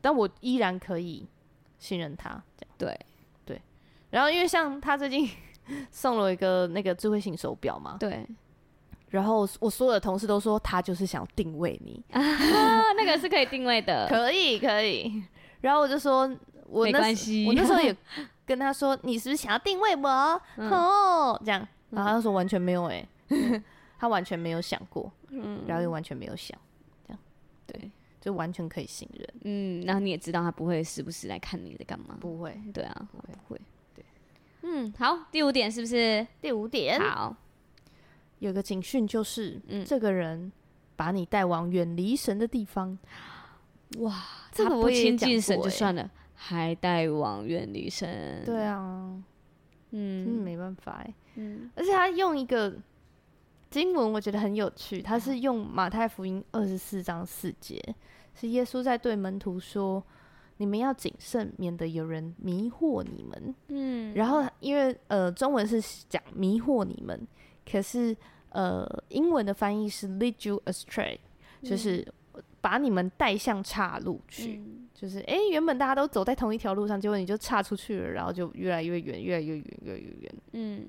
Speaker 1: 但我依然可以信任他这样。
Speaker 2: 对
Speaker 1: 对，然后因为像他最近 送了一个那个智慧型手表嘛，
Speaker 2: 对
Speaker 1: 然后我所有的同事都说他就是想定位你，
Speaker 2: 啊，那个是可以定位的。
Speaker 1: 可以可以，然后我就说。我
Speaker 2: 没
Speaker 1: 那
Speaker 2: 关
Speaker 1: 时我
Speaker 2: 系
Speaker 1: 那时候也跟他说，你是不是想要定位我？
Speaker 2: 嗯
Speaker 1: 哦、这样，然后他说完全没有、欸， 他完全没有想过，
Speaker 2: 嗯
Speaker 1: 然后也完全没有想，
Speaker 2: 对，
Speaker 1: 就完全可以信任，
Speaker 2: 嗯，然后你也知道他不会时不时来看你在干嘛。
Speaker 1: 不会。
Speaker 2: 对啊，他
Speaker 1: 会
Speaker 2: 不会。
Speaker 1: 对，
Speaker 2: 嗯，好，第五点是不是？
Speaker 1: 第五点，
Speaker 2: 好，
Speaker 1: 有个警讯就是，
Speaker 2: 嗯
Speaker 1: 这个人把你带往远离神的地方。
Speaker 2: 哇，
Speaker 1: 这个
Speaker 2: 他
Speaker 1: 我
Speaker 2: 不
Speaker 1: 也
Speaker 2: 亲
Speaker 1: 讲
Speaker 2: 近神
Speaker 1: 过
Speaker 2: 就
Speaker 1: 欸
Speaker 2: 算了，还带往远离神。
Speaker 1: 对，啊，真的
Speaker 2: 嗯
Speaker 1: 没办法哎。
Speaker 2: 嗯，
Speaker 1: 而且他用一个经文，我觉得很有趣，他
Speaker 2: 嗯
Speaker 1: 是用马太福音二十四章四节，是耶稣在对门徒说：“你们要谨慎，免得有人迷惑你们。”
Speaker 2: 嗯，
Speaker 1: 然后因为呃中文是讲迷惑你们，可是呃英文的翻译是 lead you astray，就是把你们带向岔路去。
Speaker 2: 嗯
Speaker 1: 就是诶，原本大家都走在同一条路上，结果你就岔出去了，然后就越来越远，越来越远，越来越远。
Speaker 2: 嗯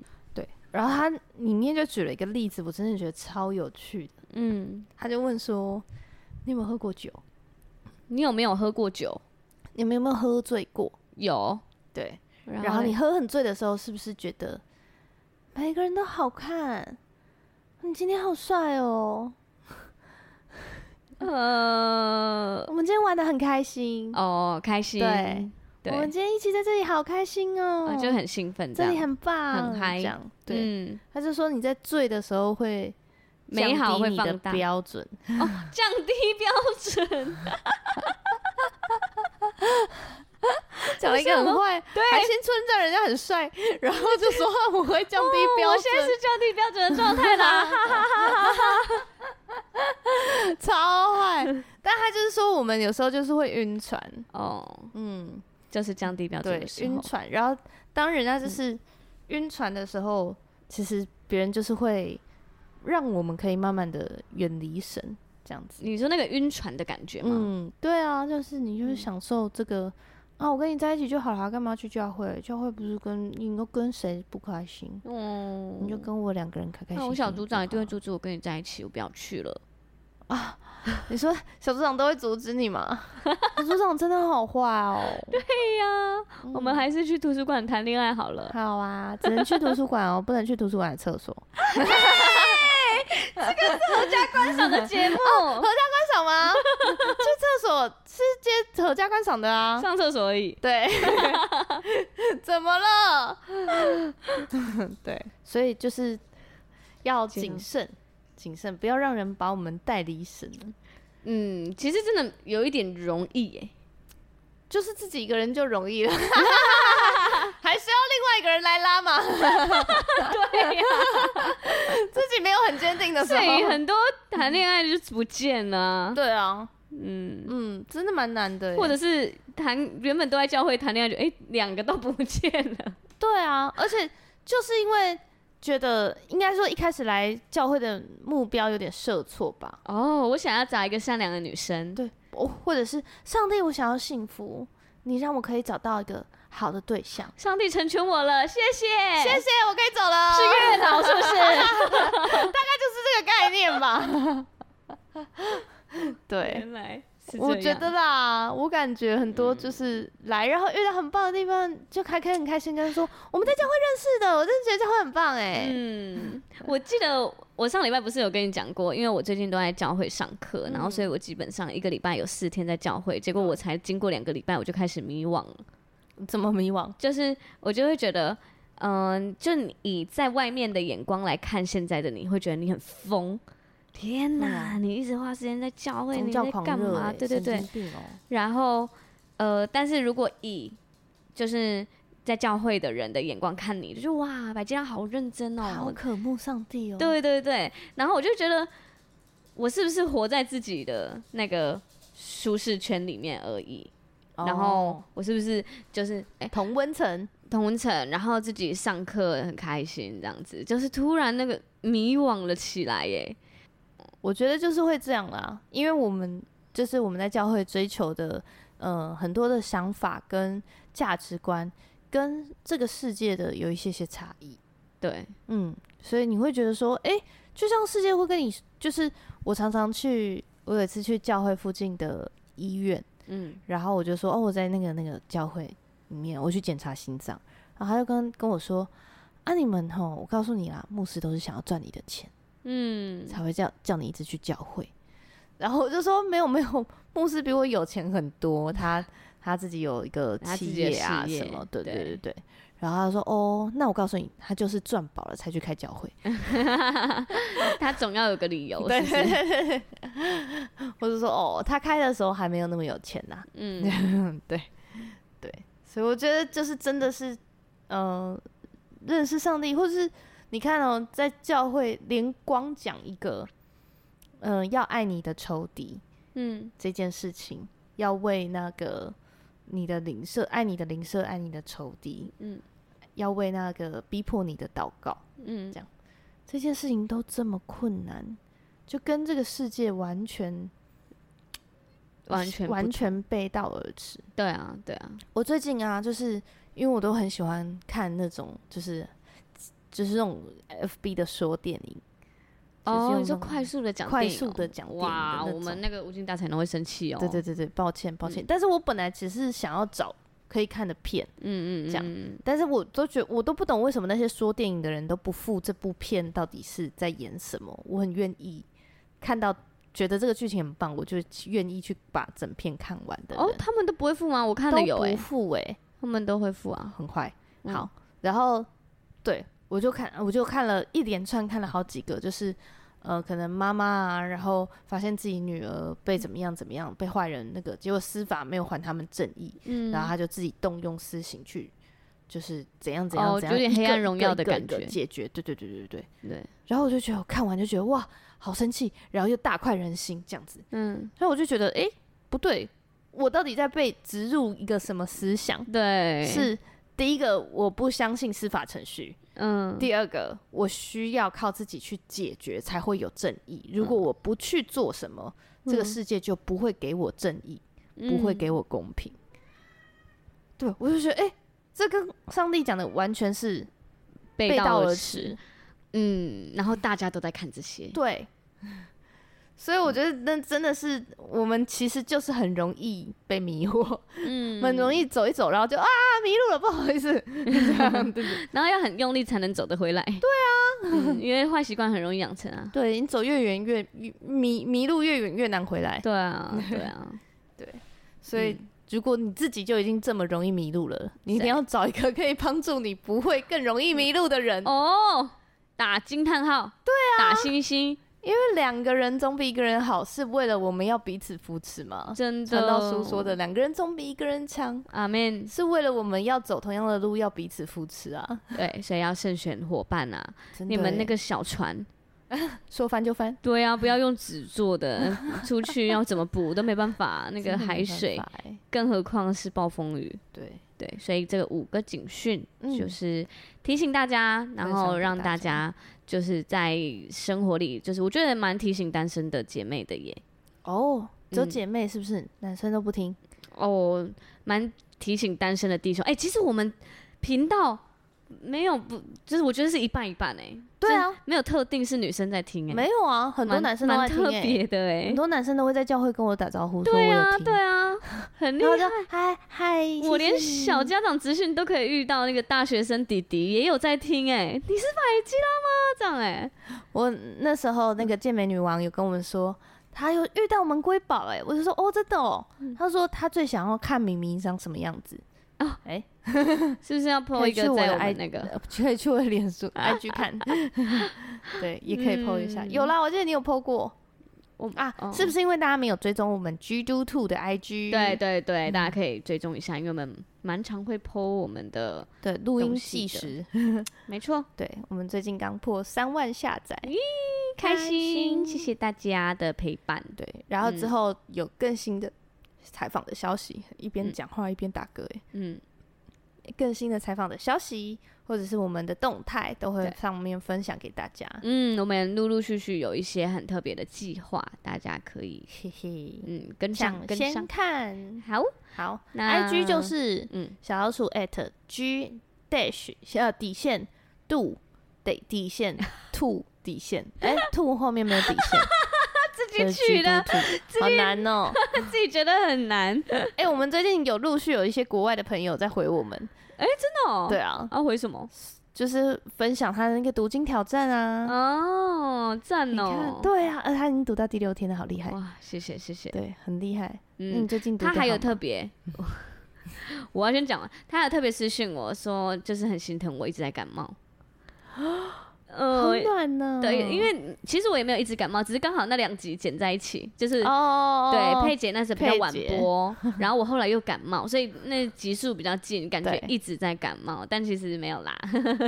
Speaker 1: 然后他里面就举了一个例子，我真的觉得超有趣的。
Speaker 2: 嗯，
Speaker 1: 他就问说：“你有没有喝过酒？
Speaker 2: 你有没有喝过酒？
Speaker 1: 你们有没有喝醉过
Speaker 2: 有。？”
Speaker 1: 对，
Speaker 2: 然
Speaker 1: 然后
Speaker 2: 嘞
Speaker 1: 你喝很醉的时候，是不是觉得每个人都好看。你今天好帅哦！
Speaker 2: 呃，
Speaker 1: 我们今天玩的很开心，
Speaker 2: 哦，开心，
Speaker 1: 对，
Speaker 2: 对，
Speaker 1: 我们今天一起在这里好开心哦，
Speaker 2: 呃就很兴奋，这
Speaker 1: 这
Speaker 2: 样
Speaker 1: 里很棒，
Speaker 2: 很嗨
Speaker 1: 这样对。
Speaker 2: 嗯，
Speaker 1: 他就说你在醉的时候会
Speaker 2: 美
Speaker 1: 降
Speaker 2: 好
Speaker 1: 低
Speaker 2: 会
Speaker 1: 你的
Speaker 2: 放大，哦
Speaker 1: 标准，
Speaker 2: 降低标准，
Speaker 1: 讲了一个很坏，
Speaker 2: 对，
Speaker 1: 还先称赞人家很帅， 然后就说我会降低
Speaker 2: 哦
Speaker 1: 标
Speaker 2: 我现在
Speaker 1: 准，
Speaker 2: 是降低标准的状 态啦。
Speaker 1: 超坏。但他就是说我们有时候就是会晕船，
Speaker 2: 哦，
Speaker 1: 嗯，
Speaker 2: 就是降低标准
Speaker 1: 对
Speaker 2: 的，时
Speaker 1: 晕
Speaker 2: 候，嗯
Speaker 1: 船。然后当人家就是晕船的时候，其实别人就是会让我们可以慢慢的远离神，这样子。
Speaker 2: 你说那个晕船的感觉吗？
Speaker 1: 嗯，对啊，就是你就是享受这个。啊，我跟你在一起就好了，干嘛去教会？教会不是跟你都跟谁不开心，
Speaker 2: 哦
Speaker 1: 你就跟嗯我两个人开开心心就好。
Speaker 2: 那我小组长一定会阻止我跟你在一起，我不要去了。
Speaker 1: 你说小组长都会阻止你吗？ 小组长真的好坏哦。
Speaker 2: 对呀，我们还是去图书馆谈恋爱好了。
Speaker 1: 好啊，只能去图书馆哦，不能去图书馆的厕 所。
Speaker 2: 观赏的 节目，哦
Speaker 1: 观赏吗？ 去厕所是接合家观赏的啊。
Speaker 2: 上厕所而已。
Speaker 1: 对， 怎么了？ 对，所以就是要谨慎，谨慎，不要让人把我们带离神。
Speaker 2: 嗯，其实真的有一点容易耶。
Speaker 1: 就是自己一个人就容 易了，还是要另外一个人来拉嘛？
Speaker 2: 对 呀，
Speaker 1: 自己没有很坚定的时
Speaker 2: 所
Speaker 1: 候，
Speaker 2: 以很多谈恋爱就是不见了啊。
Speaker 1: 对啊，
Speaker 2: 嗯，
Speaker 1: 嗯，真的蛮难的耶。
Speaker 2: 或者是谈原本都在教会谈恋爱，就哎两个都不见了。
Speaker 1: 对啊，而且就是因为觉得，应该说一开始来教会的目标有点设错吧，
Speaker 2: 哦，我想要找一个善良的女生。
Speaker 1: 对，我哦或者是上帝，我想要幸福，你让我可以找到一个好的对象。
Speaker 2: 上帝成全我了，谢谢，
Speaker 1: 谢谢，我可以走了，
Speaker 2: 哎是月老是不 是？
Speaker 1: 就是这个概念吧？ 对，
Speaker 2: 原来是
Speaker 1: 我
Speaker 2: 这
Speaker 1: 觉
Speaker 2: 样嗯
Speaker 1: 得啦，我感觉很多就是来，然后遇到很棒的地方，就还可以很开心跟他说，我们在教会认识的，我真的觉得教会很棒哎、
Speaker 2: 嗯，我记得我上礼拜不是有跟你讲过，因为我最近都在教会上课，然后
Speaker 1: 嗯
Speaker 2: 所以我基本上一个礼拜有四天在教会，结果我才经过两个礼拜我就开始迷惘了，嗯
Speaker 1: 怎么迷惘？
Speaker 2: 就是我就会觉得。嗯，就你以在外面的眼光来看现在的你，会觉得你很疯。天哪，你一直花时间在教会，
Speaker 1: 嗯宗
Speaker 2: 你
Speaker 1: 教
Speaker 2: 在
Speaker 1: 狂
Speaker 2: 干
Speaker 1: 热、
Speaker 2: 嘛？
Speaker 1: 欸，
Speaker 2: 对对对
Speaker 1: 神，经病哦、
Speaker 2: 然后呃，但是如果以就是在教会的人的眼光看你，就是哇，百吉拉好认真
Speaker 1: 好
Speaker 2: 哦，
Speaker 1: 渴慕上帝哦。，
Speaker 2: 对对对，然后我就觉得我是不是活在自己的那个舒适圈里面而已。然后我是不是就是哎
Speaker 1: 哦同温层，
Speaker 2: 同文层，然后自己上课很开心这样子，就是突然那个迷惘了起来耶。
Speaker 1: 我觉得就是会这样啦，因为我们就是我们在教会追求的，呃，很多的想法跟价值观跟这个世界的有一些些差异，
Speaker 2: 对，
Speaker 1: 嗯，所以你会觉得说，哎、就像世界会跟你，就是我常常去，我有一次去教会附近的医院，
Speaker 2: 嗯，
Speaker 1: 然后我就说，哦，我在那个那个教会里面，我去检查心脏，然后他就跟跟我说，啊，你们吼，我告诉你啦，牧师都是想要赚你的钱，
Speaker 2: 嗯，
Speaker 1: 才会叫叫你一直去教会。然后我就说没有没有，牧师比我有钱很多，他他自己有一个
Speaker 2: 他自
Speaker 1: 企
Speaker 2: 己的
Speaker 1: 业啊
Speaker 2: 事业
Speaker 1: 什么，对对
Speaker 2: 对
Speaker 1: 对对。然后他说哦，那我告诉你，他就是赚饱了才去开教会。
Speaker 2: 他总要有个 理由，
Speaker 1: 对
Speaker 2: 是不是？
Speaker 1: 对对对，我就说哦，他开的时候还没有那么有钱呐、
Speaker 2: 嗯，
Speaker 1: 对对，所以我觉得就是真的是，嗯、认识上帝，或是你看哦，在教会连光讲一个，嗯、要爱你的仇敌，
Speaker 2: 嗯，
Speaker 1: 这件事情，要为那个你的邻舍爱你的邻舍爱你的仇敌，
Speaker 2: 嗯，
Speaker 1: 要为那个逼迫你的祷告，
Speaker 2: 嗯，
Speaker 1: 这件事情都这么困难，就跟这个世界完全
Speaker 2: 完全不
Speaker 1: 完全背道而驰。
Speaker 2: 对啊，对啊，
Speaker 1: 我最近啊，就是因为我都很喜欢看那种就是就是那种 FB 的说电影，就是
Speaker 2: 哦，
Speaker 1: 用
Speaker 2: 你说
Speaker 1: 那种
Speaker 2: 快速的讲
Speaker 1: 快
Speaker 2: 电影
Speaker 1: 速
Speaker 2: 哦
Speaker 1: 地讲电影的
Speaker 2: 哇，
Speaker 1: 那
Speaker 2: 我们
Speaker 1: 种
Speaker 2: 那个无尽大才能会生气
Speaker 1: 嗯
Speaker 2: 哦。
Speaker 1: 对对对对，抱歉抱歉，但是我本来只是想要找可以看的片，
Speaker 2: 嗯嗯，
Speaker 1: 这样
Speaker 2: 嗯
Speaker 1: 但是我都觉我都不懂为什么那些说电影的人都不付这部片到底是在演什么。我很愿意看到，觉得这个剧情很棒，我就愿意去把整片看完的人。
Speaker 2: 哦，他们都不会付吗？我看
Speaker 1: 都
Speaker 2: 了有哎、
Speaker 1: 不付哎、
Speaker 2: 他们都会付啊。
Speaker 1: 很坏。
Speaker 2: 嗯
Speaker 1: 好，然后对我就看，我就看了一连串，看了好几个，就是呃，可能妈妈啊，然后发现自己女儿被怎么样怎么样，被坏人那个，结果司法没有还他们正义，
Speaker 2: 嗯，
Speaker 1: 然后他就自己动用私刑去，就是怎样怎
Speaker 2: 哦
Speaker 1: 样怎样，
Speaker 2: 有点
Speaker 1: 一个
Speaker 2: 黑暗
Speaker 1: 一
Speaker 2: 荣
Speaker 1: 个
Speaker 2: 耀
Speaker 1: 一
Speaker 2: 的
Speaker 1: 个
Speaker 2: 感
Speaker 1: 一个
Speaker 2: 觉
Speaker 1: 解决，对对对对对。
Speaker 2: 对，
Speaker 1: 然后我就觉得我看完就觉得哇，好生气，然后又大快人心这样子，
Speaker 2: 嗯，
Speaker 1: 所以我就觉得诶，不对，我到底在被植入一个什么思想？
Speaker 2: 对，，
Speaker 1: 是第一个，我不相信司法程序；
Speaker 2: 嗯，
Speaker 1: 第二个，我需要靠自己去解决才会有正义。如果
Speaker 2: 嗯
Speaker 1: 我不去做什么，这个世界就不会给我正义，不会
Speaker 2: 嗯
Speaker 1: 给我公平。对，我就觉得，哎、这跟上帝讲的完全是
Speaker 2: 背
Speaker 1: 背道而
Speaker 2: 而
Speaker 1: 驰。。
Speaker 2: 嗯，然后大家都在看这些，
Speaker 1: 对，所以我觉得那真的是我们其实就是很容易被迷惑，
Speaker 2: 嗯，
Speaker 1: 很容易走一走，然后就啊迷路了，不好意 思，这样 对
Speaker 2: 然后要很用力才能走得回来。对啊，因为坏习惯很容易养成 啊。
Speaker 1: 对你走越远越越迷迷路越远越难回来，
Speaker 2: 对啊，对啊，
Speaker 1: 所以如果你自己就已经这么容易迷路了，你一定要找一个可以帮助你不会更容易迷路的人，
Speaker 2: 哦，打惊叹号，对啊，打星星，
Speaker 1: 因为两个人总比一个人好，是为了我们要彼此扶持嘛。
Speaker 2: 真的。
Speaker 1: 传道书说的，两个人总比一个人强，
Speaker 2: 阿 man，
Speaker 1: 是为了我们要走同样的路，要彼此扶持啊！
Speaker 2: 对，所以要慎选伙伴啊。
Speaker 1: 真的
Speaker 2: 你们那
Speaker 1: 耶
Speaker 2: 个小船，
Speaker 1: 说翻就翻，
Speaker 2: 对啊，不要用纸做 的，出去要怎么补都没办法。啊那
Speaker 1: 那
Speaker 2: 个海水，更何况是暴风雨。
Speaker 1: 对，
Speaker 2: 对，所以这个五个警讯
Speaker 1: 嗯
Speaker 2: 就是提醒大家，然
Speaker 1: 分享
Speaker 2: 后
Speaker 1: 给
Speaker 2: 让
Speaker 1: 大
Speaker 2: 大
Speaker 1: 家
Speaker 2: 家就是在生活里，就是我觉得蛮提醒单身的姐妹的耶，
Speaker 1: 哦，只有
Speaker 2: 嗯
Speaker 1: 姐妹是不是？男生都不听，
Speaker 2: 哦，蛮提醒单身的弟兄。哎、其实我们频道没有不，就是我觉得是一半一半哎、
Speaker 1: 对啊，
Speaker 2: 没有特定是女生在听哎、
Speaker 1: 没有啊，很多
Speaker 2: 蛮
Speaker 1: 男生都
Speaker 2: 蛮
Speaker 1: 爱听
Speaker 2: 特
Speaker 1: 欸
Speaker 2: 别的哎、
Speaker 1: 很多男生都会在教会跟我打招呼，说我
Speaker 2: 对
Speaker 1: 有
Speaker 2: 啊，
Speaker 1: 听，
Speaker 2: 对啊，很厉
Speaker 1: 然后
Speaker 2: 害。
Speaker 1: 就嗨嗨，谢
Speaker 2: 我连
Speaker 1: 谢你
Speaker 2: 小家长资讯都可以遇到，那个大学生弟弟也有在听哎、你是百基拉吗？这样哎、
Speaker 1: 我那时候那个健美女王有跟我们说，她有遇到我们瑰宝哎、我就说哦真的哦，
Speaker 2: 嗯
Speaker 1: 她说她最想要看明明长什么样子
Speaker 2: 哦
Speaker 1: 哎、
Speaker 2: 是不是要 po
Speaker 1: 可以
Speaker 2: 一个
Speaker 1: 去我
Speaker 2: 在
Speaker 1: 的
Speaker 2: 我
Speaker 1: I-
Speaker 2: 们那 个？
Speaker 1: 呃可以去我的脸 书 IG 看， 对，也可以 PO 一下，
Speaker 2: 嗯
Speaker 1: 有啦，我记得你有 PO 过。
Speaker 2: 我
Speaker 1: 啊，
Speaker 2: 哦
Speaker 1: 是不是因为大家没有追踪我们 G Do Two 的 IG？
Speaker 2: 对对对，大家可以追踪一下，因为我们蛮常会 po 我们的，
Speaker 1: 对，录音
Speaker 2: 东西
Speaker 1: 计
Speaker 2: 的
Speaker 1: 时。
Speaker 2: 没错，
Speaker 1: 对，我们最近刚破三万下载，
Speaker 2: 开心，谢谢大家的陪伴。
Speaker 1: 对，然后之
Speaker 2: 嗯
Speaker 1: 后有更新的采访的消息，一边
Speaker 2: 嗯
Speaker 1: 讲话一边打嗝、欸，
Speaker 2: 嗯，
Speaker 1: 更新的采访的消息或者是我们的动态都会
Speaker 2: 对
Speaker 1: 上面分享给大家，
Speaker 2: 嗯，我们陆陆续续有一些很特别的计划，大家可以
Speaker 1: 嘿嘿。
Speaker 2: 嗯跟上
Speaker 1: 想
Speaker 2: 跟
Speaker 1: 先
Speaker 2: 上。
Speaker 1: 看
Speaker 2: 好，
Speaker 1: 好
Speaker 2: 那
Speaker 1: ，IG 就是
Speaker 2: 嗯
Speaker 1: 小老鼠 at g dash 呃底线 do 底底线 to 底线，哎 to 后面没有底线，
Speaker 2: 自
Speaker 1: 就
Speaker 2: 己
Speaker 1: 是
Speaker 2: 取
Speaker 1: G do
Speaker 2: 的，
Speaker 1: to，好难哦。
Speaker 2: 自己觉得很难。真
Speaker 1: 哎、我们最近有陆续有一些国外的朋友在回我们，
Speaker 2: 的哦
Speaker 1: 对，啊，
Speaker 2: 啊，回什么？
Speaker 1: 就是分享他的那个读经挑战啊。
Speaker 2: 哦，赞
Speaker 1: 你
Speaker 2: 哦
Speaker 1: 看，，对啊，呃，他已经读到第六天了，好厉害，
Speaker 2: 哇，谢谢谢谢，
Speaker 1: 对，很厉害。
Speaker 2: 嗯
Speaker 1: 嗯，，最近读
Speaker 2: 他
Speaker 1: 得
Speaker 2: 还有
Speaker 1: 好吗
Speaker 2: 特别，我要先讲完，他还有特别私讯我说，就是很心疼我一直在感冒。
Speaker 1: 好
Speaker 2: 呃，
Speaker 1: 暖呢。
Speaker 2: 对，因为其实我也没有一直感冒，只是刚好那两集剪在一起，就是、
Speaker 1: 哦，
Speaker 2: 对佩姐那时候比较
Speaker 1: 佩
Speaker 2: 晚
Speaker 1: 姐
Speaker 2: 播，然后我后来又感冒，所以那集数比较近，感觉
Speaker 1: 对
Speaker 2: 一直在感冒，但其实没有啦。，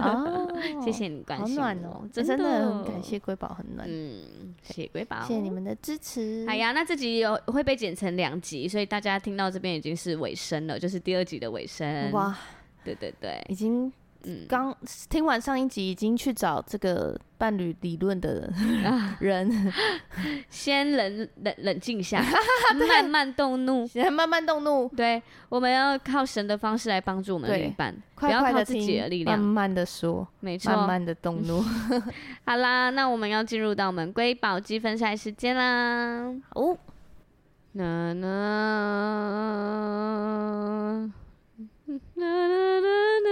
Speaker 1: 哦
Speaker 2: 谢谢你关
Speaker 1: 好
Speaker 2: 心我，
Speaker 1: 暖哦，
Speaker 2: 真
Speaker 1: 真的很感谢，瑰宝，很暖，
Speaker 2: 嗯，谢谢瑰宝，
Speaker 1: 谢谢你。们的支持。
Speaker 2: 好，呀，那这集有会被剪成两集，所以大家听到这边已经是尾声了，就是第二集的尾声。
Speaker 1: 哇，
Speaker 2: 对对对，
Speaker 1: 已经
Speaker 2: 嗯，
Speaker 1: 刚听完上一集，已经去找这个伴侣理论的
Speaker 2: 啊
Speaker 1: 人，
Speaker 2: 先冷冷冷静一 下，慢慢动怒。
Speaker 1: 现在慢慢动怒，
Speaker 2: 对，我们要靠神的方式来帮助我们的
Speaker 1: 对
Speaker 2: 另一半，不
Speaker 1: 快
Speaker 2: 要
Speaker 1: 快
Speaker 2: 靠
Speaker 1: 的
Speaker 2: 自己的力
Speaker 1: 听，慢
Speaker 2: 量。
Speaker 1: 慢的说，
Speaker 2: 没错。
Speaker 1: 慢慢的动 怒。
Speaker 2: 好啦，那我们要进入到我们瑰宝积分赛时间啦。
Speaker 1: 哦，
Speaker 2: 呐呐，啦啦啦啦 啦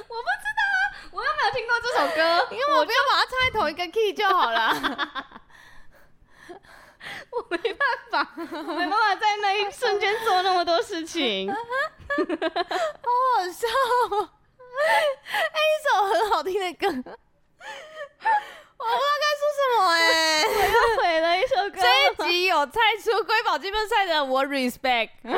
Speaker 2: 我不知道啊，我又没有听过这首歌，
Speaker 3: 你根本不要把它唱在同一个 key 就好了。
Speaker 2: 我没办法，我没办法在那一瞬间做那么多事情。
Speaker 3: 好好笑、 哦！哎、一首很好听的歌，我 不知道该说什么哎、
Speaker 2: 我又毁了一首歌，
Speaker 3: 这一集有猜出瑰宝积分赛的，我 respect。
Speaker 2: 你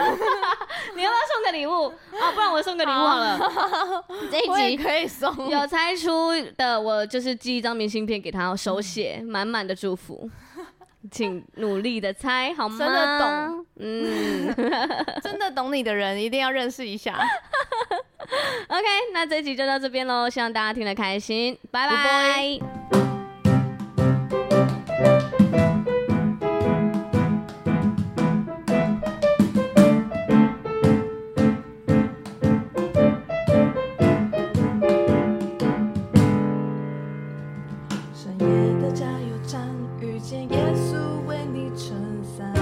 Speaker 2: 要不要送个礼物啊？不然我送个礼物好了。 这
Speaker 3: 我
Speaker 2: 一
Speaker 3: 也
Speaker 2: 集
Speaker 3: 可以送。
Speaker 2: 有猜出的，我就是寄一张明信片给他，手
Speaker 3: 嗯
Speaker 2: 写满满的祝 福。请努力的猜好吗？
Speaker 3: 真的懂，
Speaker 2: 嗯
Speaker 3: 真的懂你的人一定要认识一下。
Speaker 2: ，OK，那这集就到这边喽，希望大家听得开心，拜
Speaker 3: 拜
Speaker 2: 拜
Speaker 3: 拜。
Speaker 1: 深夜的加油站，遇见耶稣为你撑伞。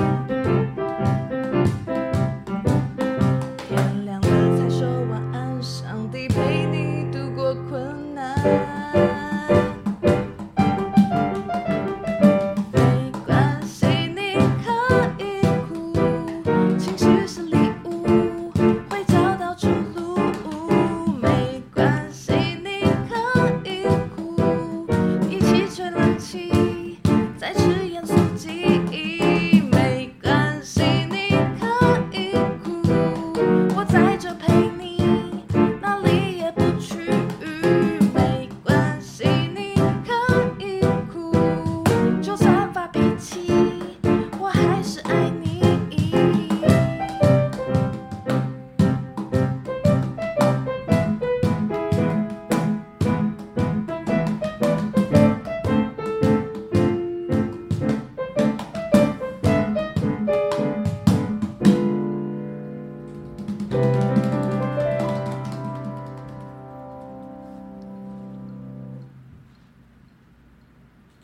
Speaker 1: 天亮了才说晚安，上帝陪你度过困难。没关系，你可以哭，情绪是礼物，会找到出路。没关系，你可以哭，一起吹冷气，再吃盐酥鸡。没关系，你可以哭，我在这陪你，哪里也不去。没关系，你可以哭，就算发脾气，我还是爱你。